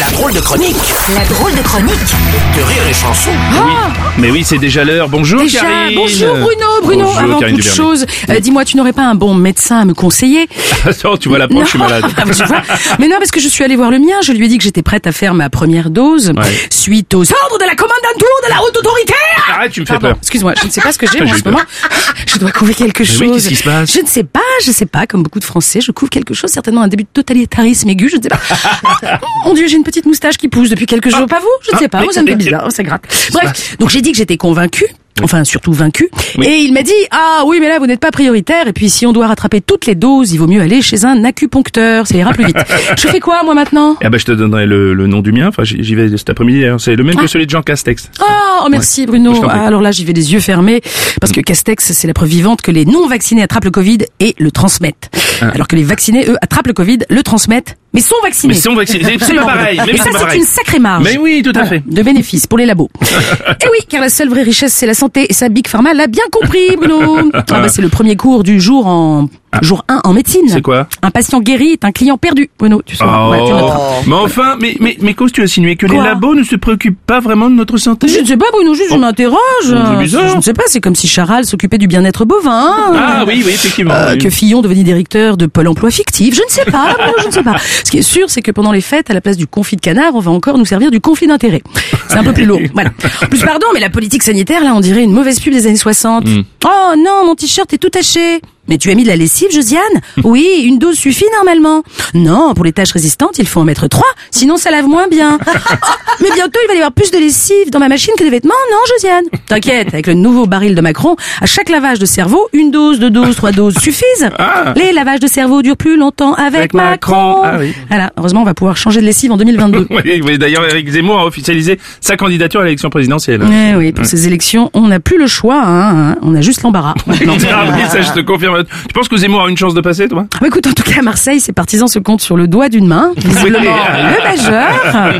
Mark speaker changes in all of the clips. Speaker 1: La drôle de chronique
Speaker 2: La drôle de chronique.
Speaker 1: de Rire et Chanson.
Speaker 3: Mais oui, c'est déjà l'heure. Bonjour
Speaker 2: Ah Déjà,
Speaker 3: Karine.
Speaker 2: bonjour Bruno, Bruno,
Speaker 3: Bonjour,
Speaker 2: avant
Speaker 3: Karine
Speaker 2: toute
Speaker 3: Dubernet.
Speaker 2: chose, euh, dis-moi, tu n'aurais pas un bon médecin à me conseiller
Speaker 3: Attends, tu vois la
Speaker 2: Non.
Speaker 3: poche, je suis malade.
Speaker 2: Ah bah, tu vois. Mais non, parce que je suis allée voir le mien, je lui ai dit que j'étais prête à faire ma première dose
Speaker 3: Ouais.
Speaker 2: suite aux ordres de la commandanture de la haute autorité
Speaker 3: Arrête, Ah, tu me fais
Speaker 2: Pardon,
Speaker 3: peur.
Speaker 2: excuse-moi, je ne sais pas ce que j'ai
Speaker 3: Ah,
Speaker 2: moi, en
Speaker 3: j'ai eu
Speaker 2: ce
Speaker 3: peur.
Speaker 2: moment. Je dois couvrir quelque
Speaker 3: oui,
Speaker 2: chose.
Speaker 3: qu'est-ce qui se passe
Speaker 2: Je ne sais pas, je ne sais pas, comme beaucoup de Français, je couvre quelque chose, certainement un début de totalitarisme aigu, je ne sais pas. Ah, Mon Dieu, j'ai une petite moustache qui pousse depuis quelques
Speaker 3: Ah.
Speaker 2: jours, pas vous Je ne sais pas,
Speaker 3: mais-
Speaker 2: moi, ça me fait
Speaker 3: mais-
Speaker 2: bizarre, oh, ça gratte. Bref, donc j'ai dit que j'étais convaincue. Enfin, surtout vaincue. Et il m'a dit, ah oui, mais là, vous n'êtes pas prioritaire. Et puis, si on doit rattraper toutes les doses, il vaut mieux aller chez un acupuncteur. Ça ira plus vite. je fais quoi, moi, maintenant?
Speaker 3: Ah bah je te donnerai le, le nom du mien. Enfin, j'y j'y vais cet après-midi. d'ailleurs. C'est le même que celui de Jean Castex.
Speaker 2: Ah, Oh, merci
Speaker 3: Je
Speaker 2: Bruno.
Speaker 3: t'en prie.
Speaker 2: Ah, alors là, j'y vais les yeux fermés parce que Castex, c'est la preuve vivante que les non vaccinés attrapent le Covid et le transmettent,
Speaker 3: Ah.
Speaker 2: alors que les vaccinés, eux, attrapent le Covid, le transmettent, mais sont vaccinés.
Speaker 3: Mais si on va, c'est c'est pas
Speaker 2: Absolument,
Speaker 3: pareil.
Speaker 2: Bruno.
Speaker 3: Mais
Speaker 2: et
Speaker 3: oui,
Speaker 2: ça,
Speaker 3: c'est pas
Speaker 2: c'est
Speaker 3: pareil.
Speaker 2: une sacrée Ah. marge.
Speaker 3: Mais oui, tout à
Speaker 2: Voilà,
Speaker 3: fait.
Speaker 2: De bénéfices pour les labos. et oui, car la seule vraie richesse, c'est la santé. Et ça, Big Pharma l'a bien compris, Bruno. Ah bah, c'est le premier cours du jour en jour 1 en médecine.
Speaker 3: Ah. C'est quoi
Speaker 2: Un patient guéri est un client perdu, Bruno. Tu sais.
Speaker 3: Oh.
Speaker 2: Ouais, tu noteras.
Speaker 3: mais enfin, mais mais mais cause tu insinuais que les
Speaker 2: Quoi
Speaker 3: labos ne se préoccupent pas vraiment de notre santé.
Speaker 2: Je ne sais pas, Bruno, juste je m'interroge.
Speaker 3: Oh. c'est bizarre.
Speaker 2: Je ne sais pas, c'est comme si Charal s'occupait du bien-être bovin.
Speaker 3: Ah oui, oui, effectivement.
Speaker 2: Euh,
Speaker 3: Oui.
Speaker 2: que Fillon devenait directeur de Pôle emploi fictif. Je ne sais pas, Bruno, je ne sais pas. Ce qui est sûr, c'est que pendant les fêtes, à la place du confit de canard, on va encore nous servir du conflit d'intérêt. C'est un peu plus lourd. Voilà. En plus, pardon, mais la politique sanitaire, là, on dirait une mauvaise pub des années 60.
Speaker 3: Hmm.
Speaker 2: Oh non, mon t-shirt est tout taché. Mais tu as mis de la lessive, Josiane Oui, une dose suffit normalement. Non, pour les tâches résistantes, il faut en mettre trois, sinon ça lave moins bien. Oh, mais bientôt, il va y avoir plus de lessive dans ma machine que de vêtements, non, Josiane T'inquiète, avec le nouveau baril de Macron, à chaque lavage de cerveau, une dose, deux doses, trois doses suffisent. Les lavages de cerveau durent plus longtemps avec,
Speaker 3: Ah. Avec Macron.
Speaker 2: Macron.
Speaker 3: Ah oui.
Speaker 2: Voilà, heureusement, on va pouvoir changer de lessive en 2022.
Speaker 3: Oui, oui, d'ailleurs, Eric Zemmour a officialisé sa candidature à l'élection présidentielle.
Speaker 2: Eh oui, pour ces élections, on n'a plus le choix, hein, hein, on a juste l'embarras.
Speaker 3: Non, mais Ah ça, je te confirme. Tu penses que Zemmour a une chance de passer, toi
Speaker 2: Ah bah écoute, en tout cas, à Marseille, ses partisans se comptent sur le doigt d'une main. Visiblement,
Speaker 3: Oui.
Speaker 2: le majeur.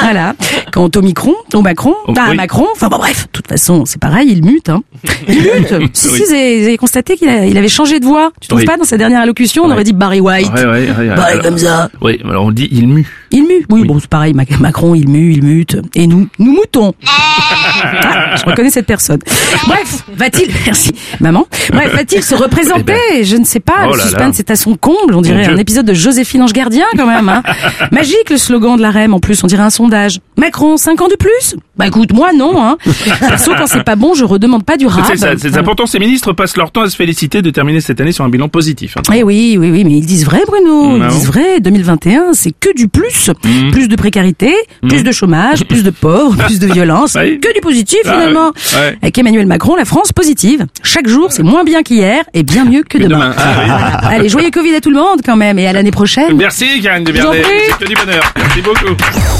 Speaker 2: voilà. Quant au Micron, au Macron,
Speaker 3: Oh,
Speaker 2: bah,
Speaker 3: oui.
Speaker 2: Macron, enfin bon, bref, de toute façon, c'est pareil, il mute. Hein. Il mute. si,
Speaker 3: Oui.
Speaker 2: si, vous avez vous avez constaté qu'il a- il avait changé de voix. Tu trouves
Speaker 3: Oui.
Speaker 2: pas, dans sa dernière allocution, on
Speaker 3: Ouais.
Speaker 2: aurait dit Barry White.
Speaker 3: Ouais, ouais, ouais, ouais.
Speaker 2: Bah,
Speaker 3: Alors-
Speaker 2: comme ça.
Speaker 3: Oui, alors on dit il mue.
Speaker 2: Il mue. Oui, bon, c'est pareil. Mac- Macron, il mue, il mute. Et nous, nous moutons. Ah, je reconnais cette personne. Bref, va-t-il, merci, maman. Bref, va-t-il se représenter? Je ne sais pas.
Speaker 3: Oh
Speaker 2: le
Speaker 3: là là.
Speaker 2: suspense est à son comble. On dirait
Speaker 3: Mon Dieu.
Speaker 2: un épisode de Joséphine Ange Gardien, quand même, hein. Magique, le slogan de la REM. En plus, on dirait un sondage. Macron, 5 ans de plus? Bah, écoute, moi, non, hein. Perso, quand c'est pas bon, je redemande pas du rap.
Speaker 3: C'est ça, c'est ça. Pourtant, ces ministres passent leur temps à se féliciter de terminer cette année sur un bilan positif. hein.
Speaker 2: Eh oui, oui, oui, mais ils disent vrai, Bruno.
Speaker 3: Non. Mm.
Speaker 2: Ils disent vrai. 2021, c'est que du plus. Plus de précarité, plus de chômage, plus de pauvres, plus de violence.
Speaker 3: Oui.
Speaker 2: Que du positif,
Speaker 3: Ah,
Speaker 2: finalement.
Speaker 3: ouais. Ouais.
Speaker 2: Avec Emmanuel Macron, la France positive. Chaque jour, c'est moins bien qu'hier et bien mieux que
Speaker 3: Que
Speaker 2: demain.
Speaker 3: demain. Ah, oui.
Speaker 2: Voilà. Allez, joyeux Covid à tout le monde, quand même, et à l'année prochaine.
Speaker 3: Merci Karine de
Speaker 2: Je vous en prie.
Speaker 3: C'est que du bonheur. Merci beaucoup.